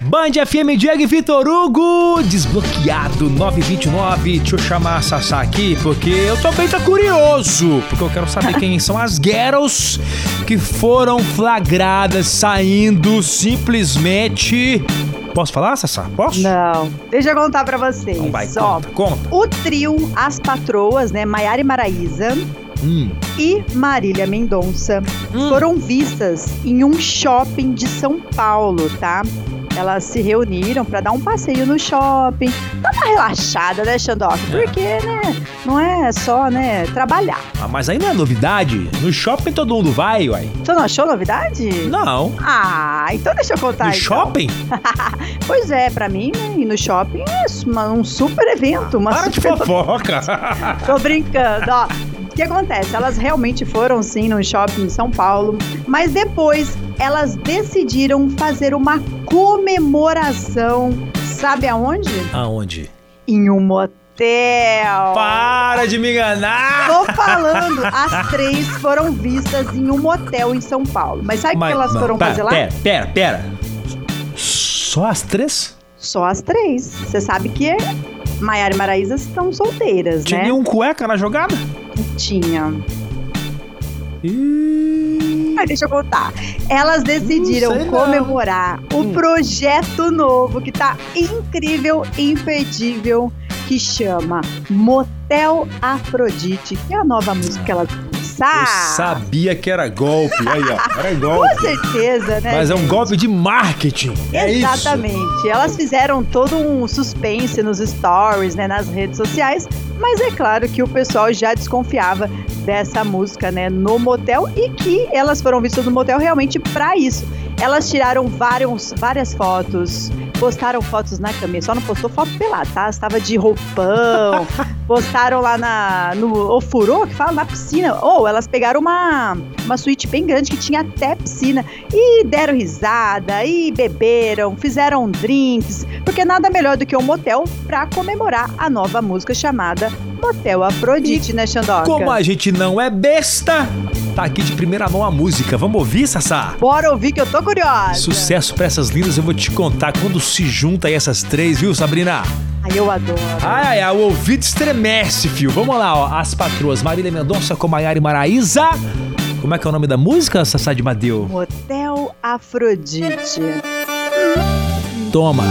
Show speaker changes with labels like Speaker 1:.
Speaker 1: Band FM Diego e Vitor Hugo, desbloqueado 929. Deixa eu chamar a Sassá aqui, porque eu também tô tá curioso. Porque eu quero saber quem são as girls que foram flagradas saindo simplesmente. Posso falar, Sassá? Posso?
Speaker 2: Não. Deixa eu contar pra vocês.
Speaker 1: Então vai,
Speaker 2: Ó,
Speaker 1: conta, conta.
Speaker 2: o trio As Patroas, né? Maiara e Maraísa
Speaker 1: Hum.
Speaker 2: e Marília Mendonça
Speaker 1: Hum.
Speaker 2: foram vistas em um shopping de São Paulo, tá? Elas se reuniram pra dar um passeio no shopping, dar uma relaxada, né, Xandoc?
Speaker 1: É.
Speaker 2: Porque, né, não é só, né, trabalhar.
Speaker 1: Ah, mas aí não é novidade. No shopping todo mundo vai, uai.
Speaker 2: Tu não achou novidade?
Speaker 1: Não.
Speaker 2: Ah, então deixa eu contar
Speaker 1: no
Speaker 2: então.
Speaker 1: shopping?
Speaker 2: Pois é, pra mim, né, ir no shopping é uma- um super evento, uma
Speaker 1: Para de
Speaker 2: super
Speaker 1: fofoca.
Speaker 2: Tô brincando, ó. O que acontece? Elas realmente foram sim num shopping em São Paulo, mas depois elas decidiram fazer uma comemoração, sabe aonde?
Speaker 1: Aonde?
Speaker 2: Em um motel.
Speaker 1: Para de me enganar.
Speaker 2: Tô falando, as três foram vistas em um motel em São Paulo. Mas sabe o que
Speaker 1: Mas-
Speaker 2: elas
Speaker 1: não,
Speaker 2: foram
Speaker 1: pera,
Speaker 2: fazer lá?
Speaker 1: Pera, pera, pera. Só as três?
Speaker 2: Só as três. Você sabe que Maiara e Maraísa estão solteiras,
Speaker 1: Tinha
Speaker 2: né?
Speaker 1: um cueca na jogada?
Speaker 2: Tinha.
Speaker 1: Ih,
Speaker 2: Mas deixa eu contar. Elas
Speaker 1: Não sei
Speaker 2: decidiram
Speaker 1: não.
Speaker 2: comemorar
Speaker 1: Hum.
Speaker 2: o projeto novo que tá incrível, imperdível, que chama Motel Afrodite, que é a nova música que elas
Speaker 1: Eu
Speaker 2: lançaram.
Speaker 1: sabia que era golpe. Aí, ó. Era golpe.
Speaker 2: Com certeza, né?
Speaker 1: Mas é um golpe de marketing. É isso.
Speaker 2: Exatamente. Elas fizeram todo um suspense nos stories, né, nas redes sociais, mas é claro que o pessoal já desconfiava dessa música, né, no motel e que elas foram vistas no motel realmente pra isso. Elas tiraram vários, várias fotos, postaram fotos na cama, só não postou foto pelada, tá? Estava de roupão, postaram lá na, no ofurô, que fala, na piscina. Ou elas pegaram uma, uma suíte bem grande que tinha até piscina e deram risada, e beberam, fizeram drinks, porque nada melhor do que um motel pra comemorar a nova música chamada Motel Afrodite, né, Xandoca?
Speaker 1: Como a gente não é besta, tá aqui de primeira mão a música. Vamos ouvir, Sassá?
Speaker 2: Bora ouvir que eu tô curiosa.
Speaker 1: Sucesso pra essas lindas, eu vou te contar quando se junta aí essas três, viu, Sabrina?
Speaker 2: Ai, eu adoro.
Speaker 1: Ai, ai, ai, o ouvido estremece, fio. Vamos lá, ó. As patroas Marília Mendonça com Maiara e Maraísa. Como é que é o nome da música, Sassá de Madeu?
Speaker 2: Motel Afrodite.
Speaker 1: Toma.